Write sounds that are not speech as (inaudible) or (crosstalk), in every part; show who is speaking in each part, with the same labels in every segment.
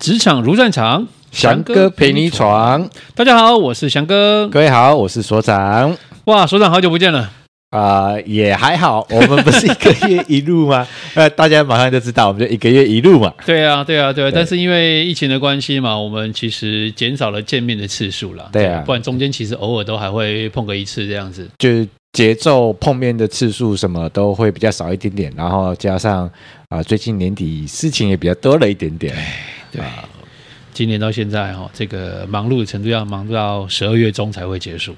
Speaker 1: 职场如战场，
Speaker 2: 翔哥陪你闯。
Speaker 1: 大家好，我是翔哥。
Speaker 2: 各位好，我是所长。
Speaker 1: 哇，所长好久不见
Speaker 2: (laughs)
Speaker 1: 了。
Speaker 2: 啊、也还好，我们不是一个月一路吗？ (laughs) 呃，大家马上就知道，我们就一个月一路嘛。
Speaker 1: 对啊，对啊，对啊。
Speaker 2: 对
Speaker 1: 但是因为疫情的关系嘛，我们其实减少了见面的次数啦。
Speaker 2: 对啊
Speaker 1: 不然中间其实偶尔都还会碰个一次这样子。
Speaker 2: 就节奏碰面的次数什么都会比较少一点点，然后加上啊、最近年底事情也比较多了一点点。
Speaker 1: 对。啊今年到现在哦，这个忙碌的程度要忙到十二月中才会结束。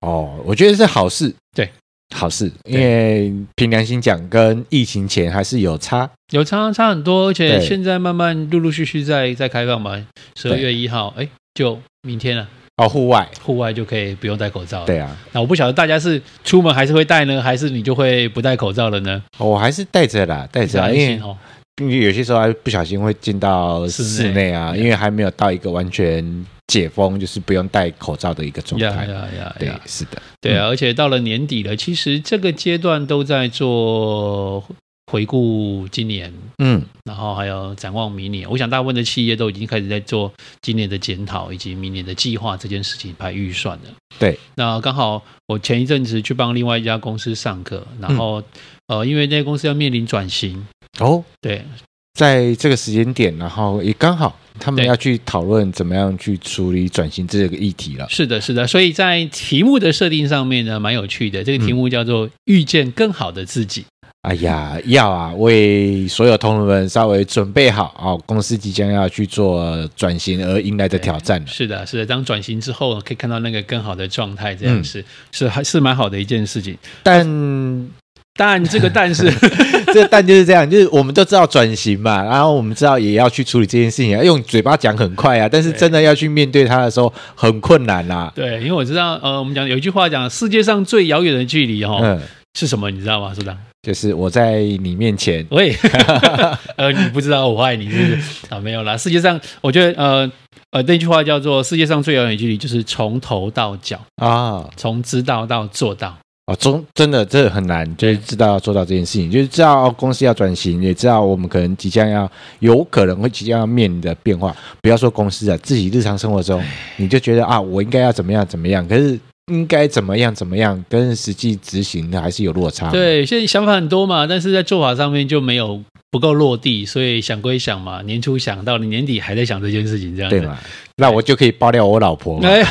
Speaker 2: 哦，我觉得是好事，
Speaker 1: 对，
Speaker 2: 好事，因为凭良心讲，跟疫情前还是有差。
Speaker 1: 有差差很多，而且
Speaker 2: 对
Speaker 1: 现在慢慢陆陆续续在在开放嘛。十二
Speaker 2: 对
Speaker 1: 月一号，哎，就明天了，
Speaker 2: 哦，户外，
Speaker 1: 户外就可以不用戴口罩了。
Speaker 2: 对啊，
Speaker 1: 那我不晓得大家是出门还是会戴呢，还是你就会不戴口罩了呢？
Speaker 2: 哦我还是戴着啦，戴
Speaker 1: 比
Speaker 2: 着
Speaker 1: 较
Speaker 2: 啊，
Speaker 1: 安
Speaker 2: 因为
Speaker 1: 心哦。
Speaker 2: 因为有些时候还不小心会进到
Speaker 1: 室内
Speaker 2: 室内啊，
Speaker 1: Yeah.
Speaker 2: 因为还没有到一个完全解封，就是不用戴口罩的一个状
Speaker 1: 呀
Speaker 2: 态。
Speaker 1: 呀呀
Speaker 2: 对嗯
Speaker 1: 呀！，
Speaker 2: 是的，
Speaker 1: 对啊，而且到了年底了，其实这个阶段都在做回顾今年，
Speaker 2: 嗯，
Speaker 1: 然后还有展望明年。我想大部分的企业都已经开始在做今年的检讨以及明年的计划这件事情排预算了。
Speaker 2: 对，
Speaker 1: 那刚好我前一阵子去帮另外一家公司上课，
Speaker 2: 嗯
Speaker 1: 然后、呃，因为那家公司要面临转型，
Speaker 2: 哦，
Speaker 1: 对，
Speaker 2: 在这个时间点，然后也刚好他们
Speaker 1: 对
Speaker 2: 要去讨论怎么样去处理转型这个议题了。
Speaker 1: 是的，是的，所以在题目的设定上面呢，蛮有趣的。这个题目叫做“遇见更好的自己
Speaker 2: 哎呀，要啊，为所有同仁们稍微准备好啊、哦，公司即将要去做转型而迎来的挑战”。了。
Speaker 1: 是的，是的，当转型之后，可以看到那个更好的状态，这样是、是还是蛮好的一件事情。
Speaker 2: 但
Speaker 1: 但这个但是
Speaker 2: (laughs) 这但就是这样，就是我们都知道转型嘛，然后我们知道也要去处理这件事情啊，用嘴巴讲很快啊，但是真的要去面对它的时候很困难啊啦、
Speaker 1: 对，因为我知道，呃，我们讲有一句话讲，世界上最遥远的距离哦、
Speaker 2: 嗯，
Speaker 1: 是什么？你知道吗，是的。
Speaker 2: 就是我在你面前，
Speaker 1: 喂， (laughs) 呃，你不知道我爱你是不是啊？没有啦，世界上我觉得呃呃那句话叫做“世界上最遥远的距离”，就是从头到脚，
Speaker 2: 啊、
Speaker 1: 从知道到做到。
Speaker 2: 哦，中真的这很难，就是知道要做到这件事情，就是知道哦公司要转型，也知道我们可能即将要有可能会即将要面临的变化。不要说公司啊，自己日常生活中，你就觉得啊，我应该要怎么样怎么样，可是应该怎么样怎么样，跟实际执行还是有落差。，
Speaker 1: 对，现在想法很多嘛，但是在做法上面就没有不够落地，所以想归想嘛，年初想到你年底还在想这件事 (laughs) 情，这样子
Speaker 2: 对？嘛？ (laughs) 那我就可以爆料我老婆嘛。
Speaker 1: 哎，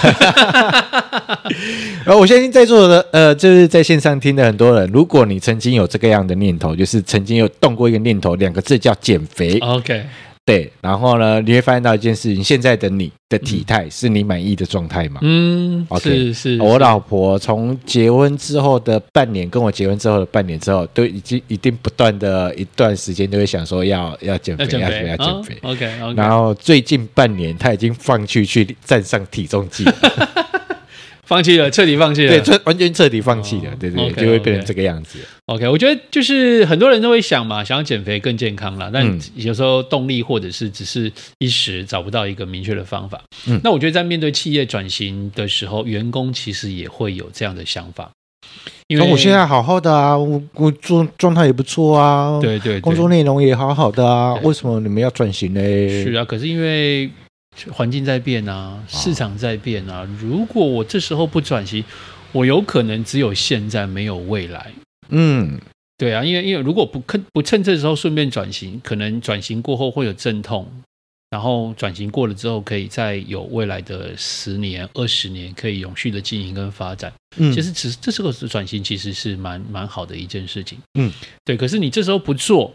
Speaker 2: 呃，我相信在座的呃，就是在线上听的很多人，如果你曾经有这个样的念头，就是曾经有动过一个念头，两个字叫减
Speaker 1: (laughs)
Speaker 2: 肥，
Speaker 1: OK，
Speaker 2: 对。然后呢，你会发现到一件事情，现在的你的体态是你满意的状态吗？
Speaker 1: 嗯
Speaker 2: OK，哦
Speaker 1: 是是，
Speaker 2: 我老婆从结婚之后的半年，跟我结婚之后的半年之后，都已经一定不断的一段时间都会想说要要减肥，
Speaker 1: 要减
Speaker 2: 要
Speaker 1: 肥啊
Speaker 2: 要减肥。
Speaker 1: ，OK OK，
Speaker 2: 然后最近半年，她已经放弃去站上体重计了。
Speaker 1: 放弃了，彻底放弃了，
Speaker 2: 对，彻完全彻底放弃了
Speaker 1: 哦，
Speaker 2: 对对
Speaker 1: OK，
Speaker 2: 对，就会变
Speaker 1: OK
Speaker 2: 成这个样子。
Speaker 1: OK，我觉得就是很多人都会想嘛，想要减肥更健康啦，但
Speaker 2: 嗯
Speaker 1: 有时候动力或者是只是一时找不到一个明确的方法。
Speaker 2: 嗯
Speaker 1: 那我觉得在面对企业转型的时候，员工其实也会有这样的想法，因
Speaker 2: 那
Speaker 1: 为
Speaker 2: 哦我现在好好的啊，我我状状态也不错啊，，
Speaker 1: 对对对
Speaker 2: 工作内容也好好的啊，
Speaker 1: 对
Speaker 2: 为什么你们要转型呢？
Speaker 1: 是啊，可是因为环境在变啊，市场在变啊，如果我这时候不转型，我有可能只有现在没有未来。
Speaker 2: 嗯，
Speaker 1: 对啊，因为因为如果不趁不趁这时候顺便转型，可能转型过后会有阵痛，然后转型过了之后，可以再有未来的十年、二十年可以永续的经营跟发展。
Speaker 2: 嗯
Speaker 1: 其实只是这时候转型其实是蛮蛮好的一件事情。
Speaker 2: 嗯，
Speaker 1: 对。可是你这时候不做，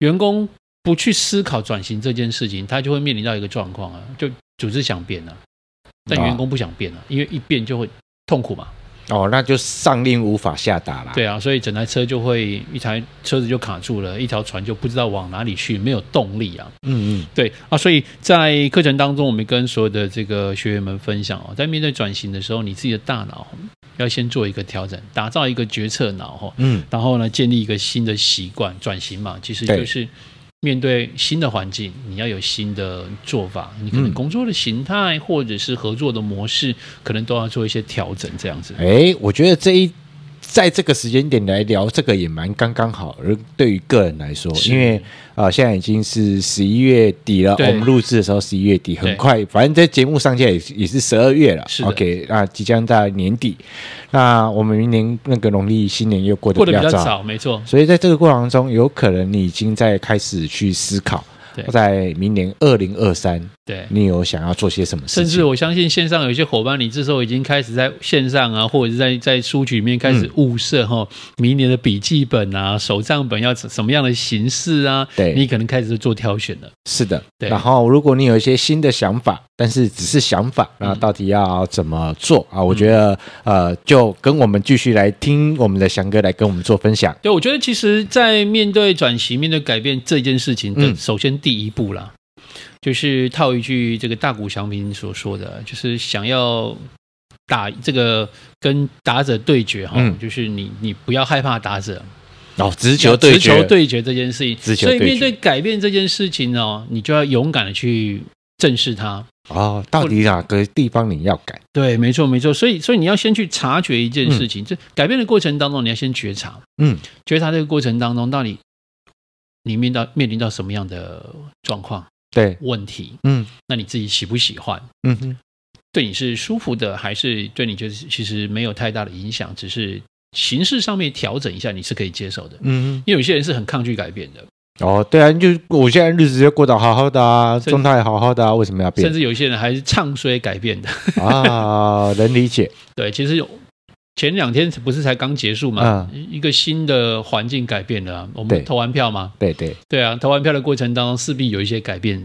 Speaker 1: 员工不去思考转型这件事情，他就会面临到一个状况啊，就组织想变啊，但
Speaker 2: 啊
Speaker 1: 员工不想变啊，因为一变就会痛苦嘛。
Speaker 2: 哦，那就上令无法下达啦。
Speaker 1: 对啊，所以整台车就会一台车子就卡住了，一条船就不知道往哪里去，没有动力啊。
Speaker 2: 嗯，嗯
Speaker 1: 对啊，所以在课程当中，我们跟所有的这个学员们分享哦，在面对转型的时候，你自己的大脑要先做一个调整，打造一个决策脑哦哈，
Speaker 2: 嗯
Speaker 1: 然后呢，建立一个新的习惯。转型嘛，其实
Speaker 2: 对
Speaker 1: 就是面对新的环境，你要有新的做法，你可能
Speaker 2: 嗯
Speaker 1: 工作的形态或者是合作的模式，可能都要做一些调整，这样子。
Speaker 2: 哎嗯，哎，我觉得这一在这个时间点来聊这个也蛮刚刚好，而对于个人来说，
Speaker 1: 是
Speaker 2: 因为啊、呃现在已经是十一月底了，
Speaker 1: 对
Speaker 2: 我们录制的时候十一月底，很
Speaker 1: 对
Speaker 2: 快，反正这节目上架也是也是十二月了
Speaker 1: 是的
Speaker 2: ，OK，那即将到年底，那我们明年那个农历新年又过得
Speaker 1: 过
Speaker 2: 比
Speaker 1: 得比
Speaker 2: 较
Speaker 1: 较
Speaker 2: 早，
Speaker 1: 早，没错，
Speaker 2: 所以在这个过程中，有可能你已经在开始去思考
Speaker 1: 对，
Speaker 2: 在明年二零二三，
Speaker 1: 对。
Speaker 2: 你有想要做些什么事
Speaker 1: 甚
Speaker 2: 情？
Speaker 1: 至我相信线上有一些伙伴，你这时候已经开始在线上啊，或者是在在书局里面开始物色哈、明年的笔记本啊、手账本要什么样的形式啊，
Speaker 2: 对
Speaker 1: 你可能开始做挑选了。
Speaker 2: 是的，
Speaker 1: 对
Speaker 2: 然后如果你有一些新的想法，但是只是想法，
Speaker 1: 嗯
Speaker 2: 那到底要怎么做啊？我觉得呃，就跟我们继续来听我们的翔哥来跟我们做分享。
Speaker 1: 对，我觉得其实，在面对转型、面对改变这件事情的，
Speaker 2: 嗯
Speaker 1: 首先第一步啦，就是套一句这个大谷翔平所说的，就是想要打这个跟打者对决哈、
Speaker 2: 嗯
Speaker 1: 就是你你不要害怕打者，
Speaker 2: 哦，直球对决，
Speaker 1: 直球对决这件事情，
Speaker 2: 直球
Speaker 1: 所以
Speaker 2: 对
Speaker 1: 面
Speaker 2: 决
Speaker 1: 对改变这件事情哦，你就要勇敢的去正视它。
Speaker 2: 哦，到底哪个地方你要改？
Speaker 1: 对，没错，没错。所以，所以你要先去察觉一件事情，这、改变的过程当中，你要先觉察，
Speaker 2: 嗯，
Speaker 1: 觉察这个过程当中，到底你面到面临到什么样的状况、
Speaker 2: 对，
Speaker 1: 问题？
Speaker 2: 嗯
Speaker 1: 那你自己喜不喜欢？
Speaker 2: 嗯哼，
Speaker 1: 对你是舒服的，还是对你就是其实没有太大的影响，只是形式上面调整一下，你是可以接受的。
Speaker 2: 嗯
Speaker 1: 因为有些人是很抗拒改变的，
Speaker 2: 哼，哦，对啊，就我现在日子就过得好好的啊，
Speaker 1: 甚
Speaker 2: 状态好好的啊，为什么要变
Speaker 1: 甚至有些人还是唱衰改变的。
Speaker 2: 啊？能理解，
Speaker 1: 对，其实有前两天不是才刚结束嘛，一个新的环境改变了啊、我
Speaker 2: 啊对
Speaker 1: 们投完票嘛，
Speaker 2: 对对
Speaker 1: 对啊，投完票的过程当中势必有一些改变，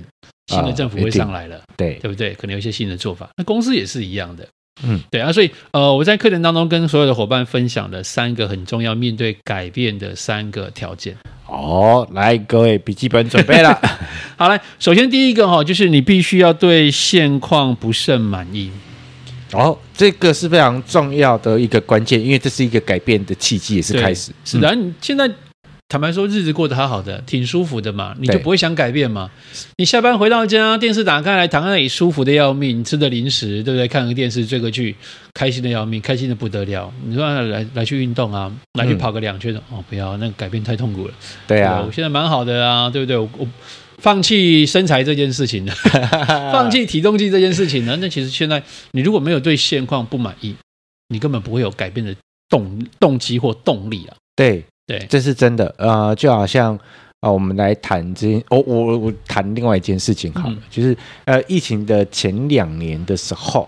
Speaker 1: 新的政府
Speaker 2: 啊一
Speaker 1: 会
Speaker 2: 定
Speaker 1: 上来了，
Speaker 2: 对，
Speaker 1: 对不对？可能有一些新的做法，那公司也是一样的。
Speaker 2: 嗯，
Speaker 1: 对啊，所以呃，我在课程当中跟所有的伙伴分享了三个很重要面对改变的三个条件。
Speaker 2: 哦，来，各位笔记本准备了，
Speaker 1: 好来，首先第一个哈、就是你必须要对现况不甚满意。
Speaker 2: 哦，这个是非常重要的一个关键，因为这是一个改变的契机，也是
Speaker 1: 对
Speaker 2: 开始。嗯
Speaker 1: 是的，啊你现在坦白说，日子过得好好的，挺舒服的嘛，你就
Speaker 2: 对
Speaker 1: 不会想改变嘛。你下班回到家，电视打开来，躺在那里舒服的要命，吃的零食，对不对？看个电视，追个剧，开心的要命，开心的不得了。你说啊来来去运动啊，来去
Speaker 2: 嗯
Speaker 1: 跑个两圈，哦，不要，那个改变太痛苦了。
Speaker 2: 嗯对
Speaker 1: 对吧
Speaker 2: 啊 (laughs)
Speaker 1: 我，现在蛮好的啊，对不对？我我。放弃身材这件事情的，
Speaker 2: 啊
Speaker 1: 放弃体重计这件事情呢？那其实现在你如果没有对现况不满意，你根本不会有改变的动动机或动力啊。
Speaker 2: 对，
Speaker 1: 对，
Speaker 2: 这是真的。呃，就好像啊、呃我们来谈这件，我我我谈另外一件事情好了，
Speaker 1: 嗯
Speaker 2: 就是呃，疫情的前两年的时候，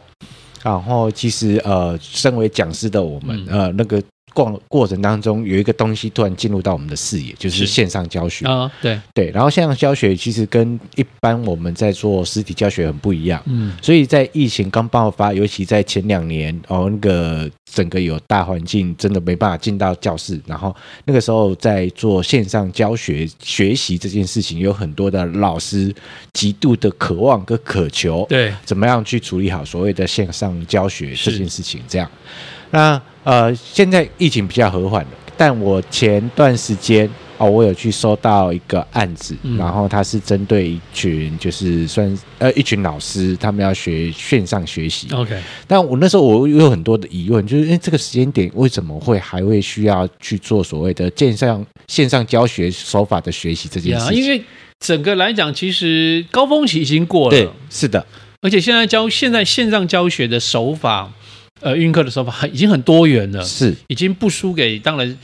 Speaker 2: 然后其实呃，身为讲师的我们，
Speaker 1: 嗯
Speaker 2: 呃，那个过过程当中有一个东西突然进入到我们的视野，就是
Speaker 1: 是
Speaker 2: 线上教学。
Speaker 1: 啊，对，
Speaker 2: 对，然后线上教学其实跟一般我们在做实体教学很不一样。
Speaker 1: 嗯，
Speaker 2: 所以在疫情刚爆发，尤其在前两年哦，那个整个有大环境，真的没办法进到教室。然后那个时候在做线上教学学习这件事情，有很多的老师极度的渴望跟渴求，
Speaker 1: 对，
Speaker 2: 怎么样去处理好所谓的线上教学这
Speaker 1: 是
Speaker 2: 件事情？这样，那呃，现在疫情比较和缓了，但我前段时间哦，我有去收到一个案子，
Speaker 1: 嗯
Speaker 2: 然后它是针对一群就是算呃一群老师，他们要学线上学习，
Speaker 1: OK，
Speaker 2: 但我那时候我有很多的疑问，就是哎，这个时间点为什么会还会需要去做所谓的线上线上教学手法的学习这件
Speaker 1: 呀，
Speaker 2: 事情？
Speaker 1: 因为整个来讲，其实高峰期已经过
Speaker 2: 对
Speaker 1: 了，，
Speaker 2: 是的，
Speaker 1: 而且现在教现在线上教学的手法，呃，运课的手法很已经很多元了，
Speaker 2: 是
Speaker 1: 已经不输给当然。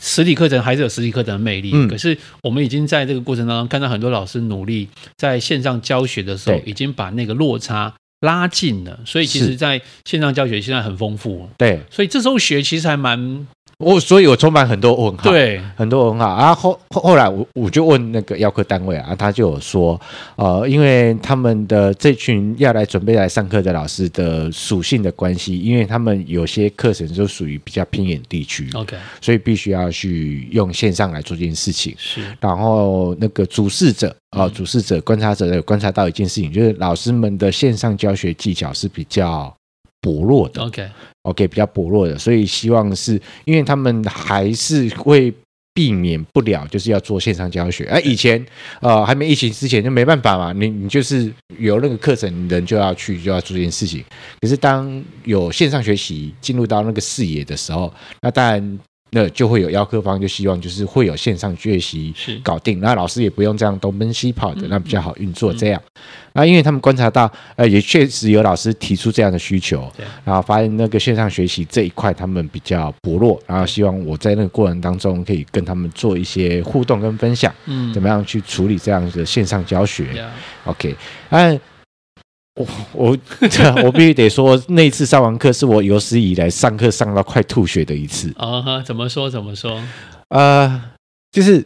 Speaker 1: 实体课程还是有实体课程的魅力，
Speaker 2: 嗯
Speaker 1: 可是我们已经在这个过程当中看到很多老师努力在线上教学的时候，
Speaker 2: 对
Speaker 1: 已经把那个落差拉近了，所以其
Speaker 2: 是
Speaker 1: 实在线上教学现在很丰富，
Speaker 2: 对
Speaker 1: 所以这时候学其实还蛮
Speaker 2: 我，所以我充满很多问号。
Speaker 1: 对，
Speaker 2: 很多很好啊。后后后来我我就问那个药科单位啊，他就有说，呃，因为他们的这群要来准备来上课的老师的属性的关系，因为他们有些课程就属于比较偏远地区，
Speaker 1: OK
Speaker 2: 所以必须要去用线上来做这件事情。
Speaker 1: 是
Speaker 2: 然后那个主事者啊、呃主事者、观察者有观察到一件事情，就是老师们的线上教学技巧是比较薄弱的。
Speaker 1: OK，
Speaker 2: OK 比较薄弱的，所以希望是因为他们还是会避免不了就是要做线上教学。哎、以前呃还没疫情之前就没办法嘛，你你就是有那个课程，人就要去就要做这件事情。可是当有线上学习进入到那个视野的时候，那当然。那就会有邀科方就希望就是会有线上学习
Speaker 1: 是
Speaker 2: 搞定，那老师也不用这样东奔西跑的，那比较好运
Speaker 1: 嗯
Speaker 2: 作这样。那因为他们观察到，呃，也确实有老师提出这样的需求
Speaker 1: 对，
Speaker 2: 然后发现那个线上学习这一块他们比较薄弱，然后希望我在那个过程当中可以跟他们做一些互动跟分享，
Speaker 1: 嗯
Speaker 2: 怎么样去处理这样的线上教学。
Speaker 1: 样？
Speaker 2: OK，但我我 (laughs) 我必须得说，那一次上完课是我有史以来上课上到快吐血的一次。
Speaker 1: 啊哈，怎么说怎么说？
Speaker 2: 呃，就是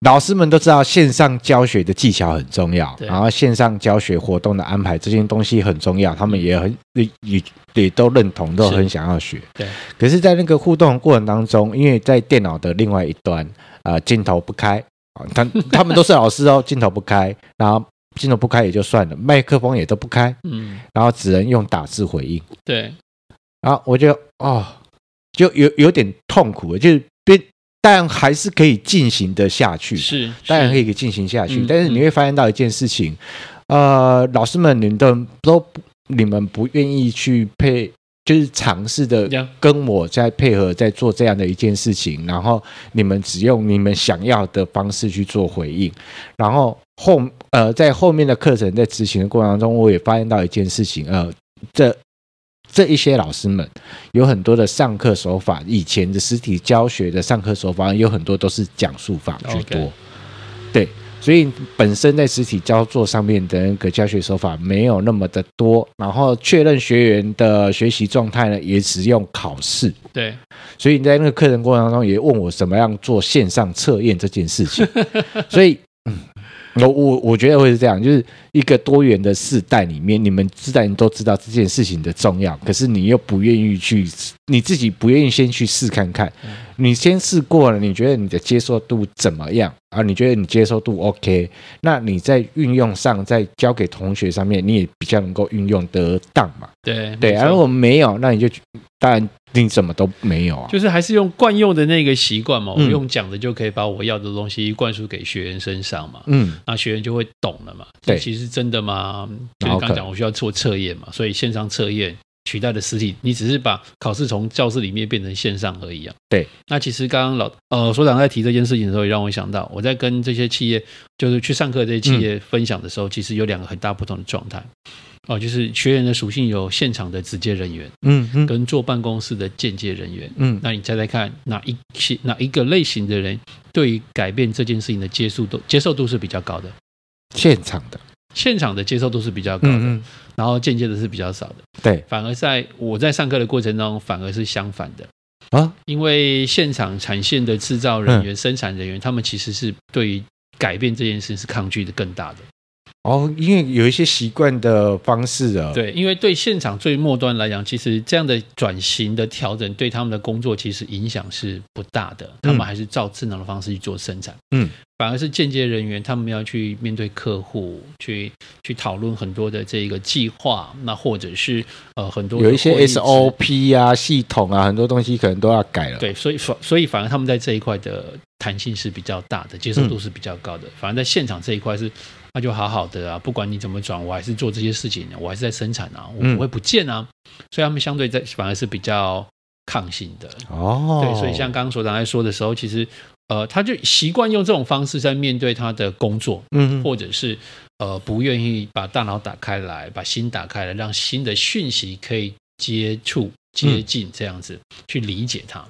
Speaker 2: 老师们都知道线上教学的技巧很重要，
Speaker 1: 对
Speaker 2: 然后线上教学活动的安排这些东西很重要，他们也很也也也都认同，都
Speaker 1: 是
Speaker 2: 很想要学。
Speaker 1: 对，
Speaker 2: 可是，在那个互动过程当中，因为在电脑的另外一端，呃，镜头不开，啊他他们都是老师哦，镜头不开，然后镜头不开也就算了，麦克风也都不开，
Speaker 1: 嗯，
Speaker 2: 然后只能用打字回应。
Speaker 1: 对，
Speaker 2: 然后我就哦，就有有点痛苦了，就是边但还是可以进行的下去，
Speaker 1: 是，
Speaker 2: 当然可
Speaker 1: 以，
Speaker 2: 以进行下去。
Speaker 1: 嗯
Speaker 2: 但是你会发现到一件事情，呃，老师们，你们都都不你们不愿意去配，就是尝试的
Speaker 1: Yeah
Speaker 2: 跟我在配合，在做这样的一件事情，然后你们只用你们想要的方式去做回应，然后后呃，在后面的课程在执行的过程当中，我也发现到一件事情，呃，这这一些老师们有很多的上课手法，以前的实体教学的上课手法有很多都是讲述法居多
Speaker 1: OK
Speaker 2: 对，所以本身在实体教作上面的那个教学手法没有那么的多，然后确认学员的学习状态呢，也只用考试，
Speaker 1: 对，
Speaker 2: 所以你在那个课程过程当中也问我怎么样做线上测验这件事情， (laughs) 所以。嗯我我我觉得会是这样，就是一个多元的世代里面，你们自然都知道这件事情的重要，可是你又不愿意去，你自己不愿意先去试看看，
Speaker 1: 嗯
Speaker 2: 你先试过了，你觉得你的接受度怎么样啊？你觉得你接受度 OK，那你在运用上，在教给同学上面，你也比较能够运用得当嘛？
Speaker 1: 对，
Speaker 2: 对
Speaker 1: 没
Speaker 2: 啊，
Speaker 1: 错
Speaker 2: 如果没有，那你就当然你什么都没有啊。
Speaker 1: 就是还是用惯用的那个习惯嘛，我
Speaker 2: 嗯
Speaker 1: 用讲的就可以把我要的东西灌输给学员身上嘛。
Speaker 2: 嗯，
Speaker 1: 那学员就会懂了嘛？
Speaker 2: 对
Speaker 1: 这其实真的嘛，就
Speaker 2: 然
Speaker 1: 是
Speaker 2: 后
Speaker 1: 刚
Speaker 2: 可
Speaker 1: 讲我需要做测验嘛，所以线上测验取代了实体，你只是把考试从教室里面变成线上而已啊。
Speaker 2: 对，
Speaker 1: 那其实刚刚老呃所长在提这件事情的时候，也让我想到，我在跟这些企业就是去上课的这些企
Speaker 2: 嗯
Speaker 1: 业分享的时候，其实有两个很大不同的状态哦、就是学员的属性有现场的直接人员
Speaker 2: 嗯嗯
Speaker 1: 跟坐办公室的间接人员。
Speaker 2: 嗯
Speaker 1: 那你猜猜看，哪一些哪一个类型的人对于改变这件事情的接受度接受度是比较高的？
Speaker 2: 现场的，
Speaker 1: 现场的接受度是比较高的，
Speaker 2: 嗯，
Speaker 1: 然后间接的是比较少的。
Speaker 2: 对
Speaker 1: 反而在我在上课的过程中，反而是相反的，
Speaker 2: 啊，
Speaker 1: 因为现场产线的制造人员、生产人员，他们其实是对于改变这件事是抗拒的更大的。
Speaker 2: 哦，因为有一些习惯的方式啊，，
Speaker 1: 对，因为对现场最末端来讲，其实这样的转型的调整对他们的工作其实影响是不大的，他们还是照正常的方式去做生产。
Speaker 2: 嗯，
Speaker 1: 反而是间接人员，他们要去面对客户，去去讨论很多的这个计划，那或者是呃很多的
Speaker 2: 有一些
Speaker 1: 会议之
Speaker 2: SOP 啊、系统啊，很多东西可能都要改了。
Speaker 1: 对，所以所所以反而他们在这一块的弹性是比较大的，接受度是比较高的。反而在现场这一块是，那就好好的啊，不管你怎么转，我还是做这些事情，我还是在生产啊，我
Speaker 2: 嗯
Speaker 1: 不会不见啊。所以他们相对在反而是比较抗性的。
Speaker 2: 哦，
Speaker 1: 对，所以像刚刚所长在说的时候，其实呃，他就习惯用这种方式在面对他的工作，
Speaker 2: 嗯嗯
Speaker 1: 或者是呃不愿意把大脑打开来，把心打开来，让新的讯息可以接触、接
Speaker 2: 嗯
Speaker 1: 近，这样子、去理解它。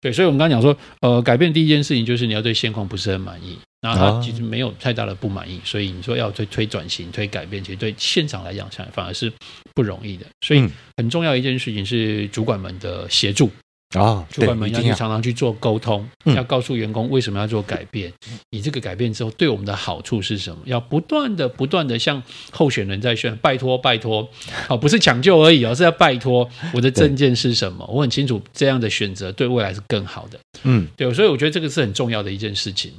Speaker 1: 对，所以我们刚刚讲说，呃，改变第一件事情就是你要对现况不是很满意，然后他
Speaker 2: 啊
Speaker 1: 其实没有太大的不满意，所以你说要推推转型、推改变，其实对现场来讲，反反而是不容易的。所以
Speaker 2: 嗯
Speaker 1: 很重要一件事情是主管们的协助，
Speaker 2: 哦，
Speaker 1: 主
Speaker 2: 对，
Speaker 1: 管们
Speaker 2: 一
Speaker 1: 要
Speaker 2: 定
Speaker 1: 去
Speaker 2: 要
Speaker 1: 常常去做沟通，
Speaker 2: 嗯
Speaker 1: 要告诉员工为什么要做改变，你这个改变之后对我们的好处是什么？要不断的、不断的向候选人在宣，拜托、拜
Speaker 2: (laughs)
Speaker 1: 托，哦，不是抢救而已哦，是要拜托我的证件是什么？我很清楚这样的选择对未来是更好的，
Speaker 2: 嗯
Speaker 1: 对，所以我觉得这个是很重要的一件事情。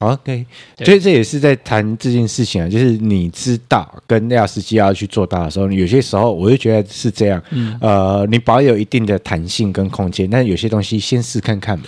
Speaker 2: OK，
Speaker 1: 对
Speaker 2: 所以这也是在谈这件事情啊，就是你知道跟廖司机要去做到的时候，有些时候我就觉得是这样，
Speaker 1: 嗯，
Speaker 2: 呃，你保有一定的弹性跟空间，但有些东西先试看看嘛。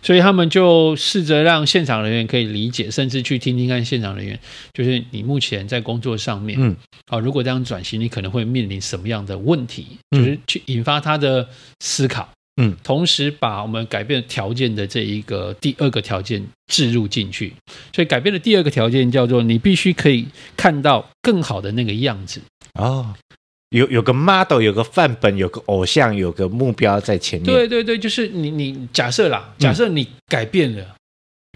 Speaker 1: 所以他们就试着让现场人员可以理解，甚至去听听看现场人员，就是你目前在工作上面，
Speaker 2: 嗯，
Speaker 1: 啊、如果这样转型，你可能会面临什么样的问题？
Speaker 2: 嗯
Speaker 1: 就是去引发他的思考，
Speaker 2: 嗯，
Speaker 1: 同时把我们改变条件的这一个第二个条件置入进去。所以改变的第二个条件叫做你必须可以看到更好的那个样子。
Speaker 2: 哦，有有个 model，有个范本，有个偶像，有个目标在前面。
Speaker 1: 对对对，就是你你假设啦，假设你改变了、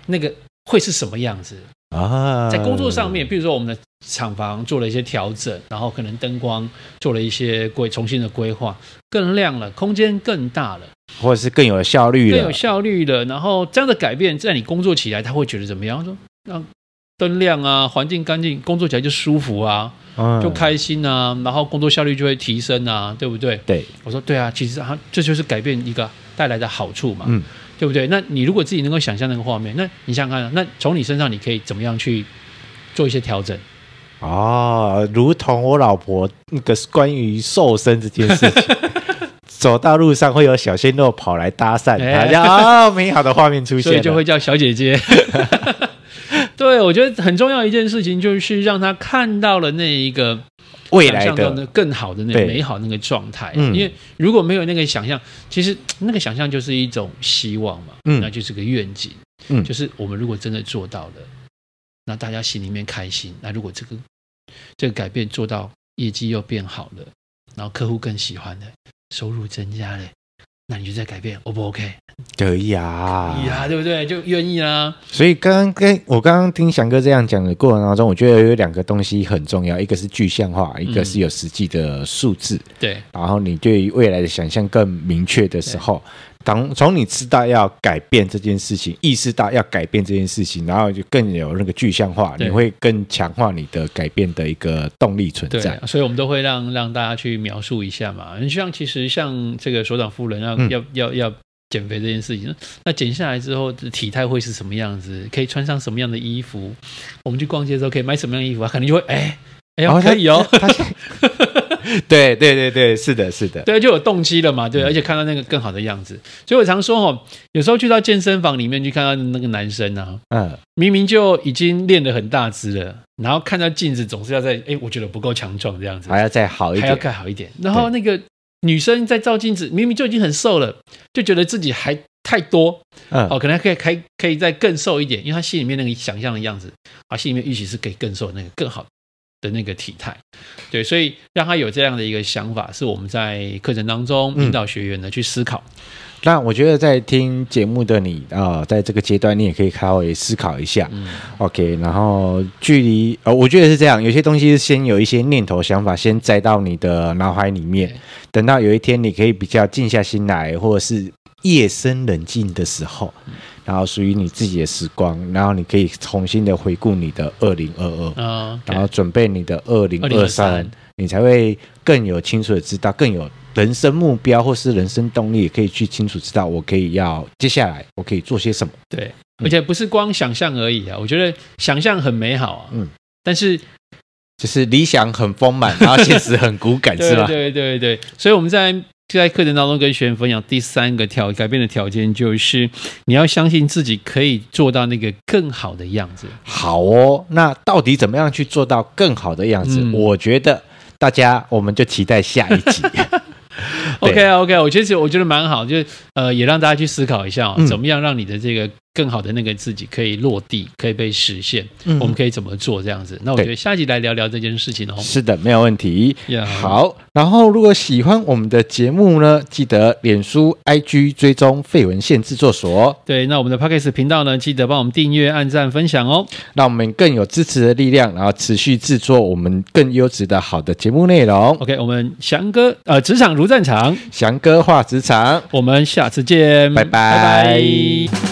Speaker 1: 那个。会是什么样子？
Speaker 2: 啊，
Speaker 1: 在工作上面，比如说我们的厂房做了一些调整，然后可能灯光做了一些规重新的规划，更亮了，空间更大了，
Speaker 2: 或者是更有效率
Speaker 1: 更
Speaker 2: 了
Speaker 1: 有。效率了。然后这样的改变，在你工作起来，他会觉得怎么样？他说让灯亮啊，环境干净，工作起来就舒服啊，
Speaker 2: 嗯
Speaker 1: 就开心啊，然后工作效率就会提升啊，对不对？
Speaker 2: 对，
Speaker 1: 我说对啊，其实啊，这就是改变一个带来的好处嘛，
Speaker 2: 嗯
Speaker 1: 对不对？那你如果自己能够想象那个画面，那你想想看，啊那从你身上你可以怎么样去做一些调整？
Speaker 2: 哦，如同我老婆那个关于瘦身这件事情。
Speaker 1: (laughs)
Speaker 2: 走到路上会有小鲜肉跑来搭讪，
Speaker 1: 哎
Speaker 2: 大家啊，美好的画面出现
Speaker 1: 所
Speaker 2: 了，
Speaker 1: 以就会叫小姐姐。 (laughs) 对，我觉得很重要一件事情就是让他看到了那一个
Speaker 2: 未来
Speaker 1: 想象中
Speaker 2: 的
Speaker 1: 的更好的那
Speaker 2: 对
Speaker 1: 美好那个状态。
Speaker 2: 嗯
Speaker 1: 因为如果没有那个想象，其实那个想象就是一种希望嘛，
Speaker 2: 嗯
Speaker 1: 那就是个愿景。
Speaker 2: 嗯
Speaker 1: 就是我们如果真的做到了，那大家心里面开心。那如果这个这个改变做到，业绩又变好了，然后客户更喜欢了，收入增加了，那你就再改变，O 不 OK？
Speaker 2: 可以啊，
Speaker 1: 呀、对不对？就愿意啊啦。
Speaker 2: 所以刚刚跟我刚刚听翔哥这样讲的过程当中，我觉得有两个东西很重要，一个是具象化，一个是有实际的数字。
Speaker 1: 对，
Speaker 2: 然后你对于未来的想象更明确的时候，当从你知道要改变这件事情，意识到要改变这件事情，然后就更有那个具象化，
Speaker 1: 对
Speaker 2: 你会更强化你的改变的一个动力存
Speaker 1: 对
Speaker 2: 在。，
Speaker 1: 所以我们都会让让大家去描述一下嘛。你像其实像这个首长夫人要、
Speaker 2: 嗯
Speaker 1: 要要要减肥这件事情，那减下来之后体态会是什么样子？可以穿上什么样的衣服？我们去逛街的时候可以买什么样的衣服？啊？可能就会哎哎呀、
Speaker 2: 然后他
Speaker 1: 可以哦，(laughs)
Speaker 2: (laughs) 他 (laughs) 对对对对，是的，是的，
Speaker 1: 对，就有动机了嘛，
Speaker 2: 嗯
Speaker 1: 对，而且看到那个更好的样子。所以我常说哦，有时候去到健身房里面去看到那个男生啊，
Speaker 2: 嗯，
Speaker 1: 明明就已经练得很大只了，然后看到镜子总是要在哎，我觉得不够强壮这样子，
Speaker 2: 还要再好一
Speaker 1: 还要
Speaker 2: 点。
Speaker 1: 盖好一点。然后那个女生在照镜子，明明就已经很瘦了，就觉得自己还太多，
Speaker 2: 嗯，
Speaker 1: 哦，可能还可以还可以再更瘦一点，因为她心里面那个想象的样子，啊，心里面预期是可以更瘦那个更好的那个体态，对，所以让她有这样的一个想法，是我们在课程当中
Speaker 2: 嗯
Speaker 1: 引导学员呢、去思考，
Speaker 2: 那我觉得在听节目的你啊、呃在这个阶段，你也可以稍微思考一下。
Speaker 1: 嗯，
Speaker 2: OK，然后距离呃，我觉得是这样，有些东西是先有一些念头、想法，先栽到你的脑海里面
Speaker 1: 对，
Speaker 2: 等到有一天你可以比较静下心来，或者是夜深人静的时候，
Speaker 1: 嗯
Speaker 2: 然后属于你自己的时光，然后你可以重新的回顾你的二零二二，
Speaker 1: 啊、
Speaker 2: 然后准备你的二零二
Speaker 1: 2023
Speaker 2: 三，你才会更有清楚的知道，更有人生目标或是人生动力，也可以去清楚知道我可以要接下来我可以做些什么。
Speaker 1: 对，而且不是光想象而已啊，我觉得想象很美好啊，
Speaker 2: 嗯
Speaker 1: 但是
Speaker 2: 就是理想很丰满，然后现实很骨 (laughs) 感，
Speaker 1: 对
Speaker 2: 是吧？
Speaker 1: 对对对，所以我们在在课程当中跟学员分享第三个条改变的条件，就是你要相信自己可以做到那个更好的样子。
Speaker 2: 好哦，那到底怎么样去做到更好的样子？
Speaker 1: 嗯
Speaker 2: 我觉得大家我们就期待下一 (laughs) 集。对
Speaker 1: OK 啊 OK，我觉得我觉得蛮好，就是呃也让大家去思考一下、哦
Speaker 2: 嗯
Speaker 1: 怎么样让你的这个更好的那个自己可以落地，可以被实现。
Speaker 2: 嗯
Speaker 1: 我们可以怎么做这样子？那我觉得
Speaker 2: 对
Speaker 1: 下集来聊聊这件事情哦。
Speaker 2: (laughs) 是的，没有问 (laughs) 题。
Speaker 1: 呀
Speaker 2: 好，然后如果喜欢我们的节目呢，记得脸书、IG 追踪费文献制作所，
Speaker 1: 对，那我们的 Podcast 频道呢，记得帮我们订阅、按赞、分享哦。
Speaker 2: 让我们更有支持的力量，然后持续制作我们更优质的好的节目内容。
Speaker 1: OK，我们翔哥呃，职场如战场，
Speaker 2: 翔哥话职场，
Speaker 1: 我们下次见，
Speaker 2: 拜拜
Speaker 1: 拜拜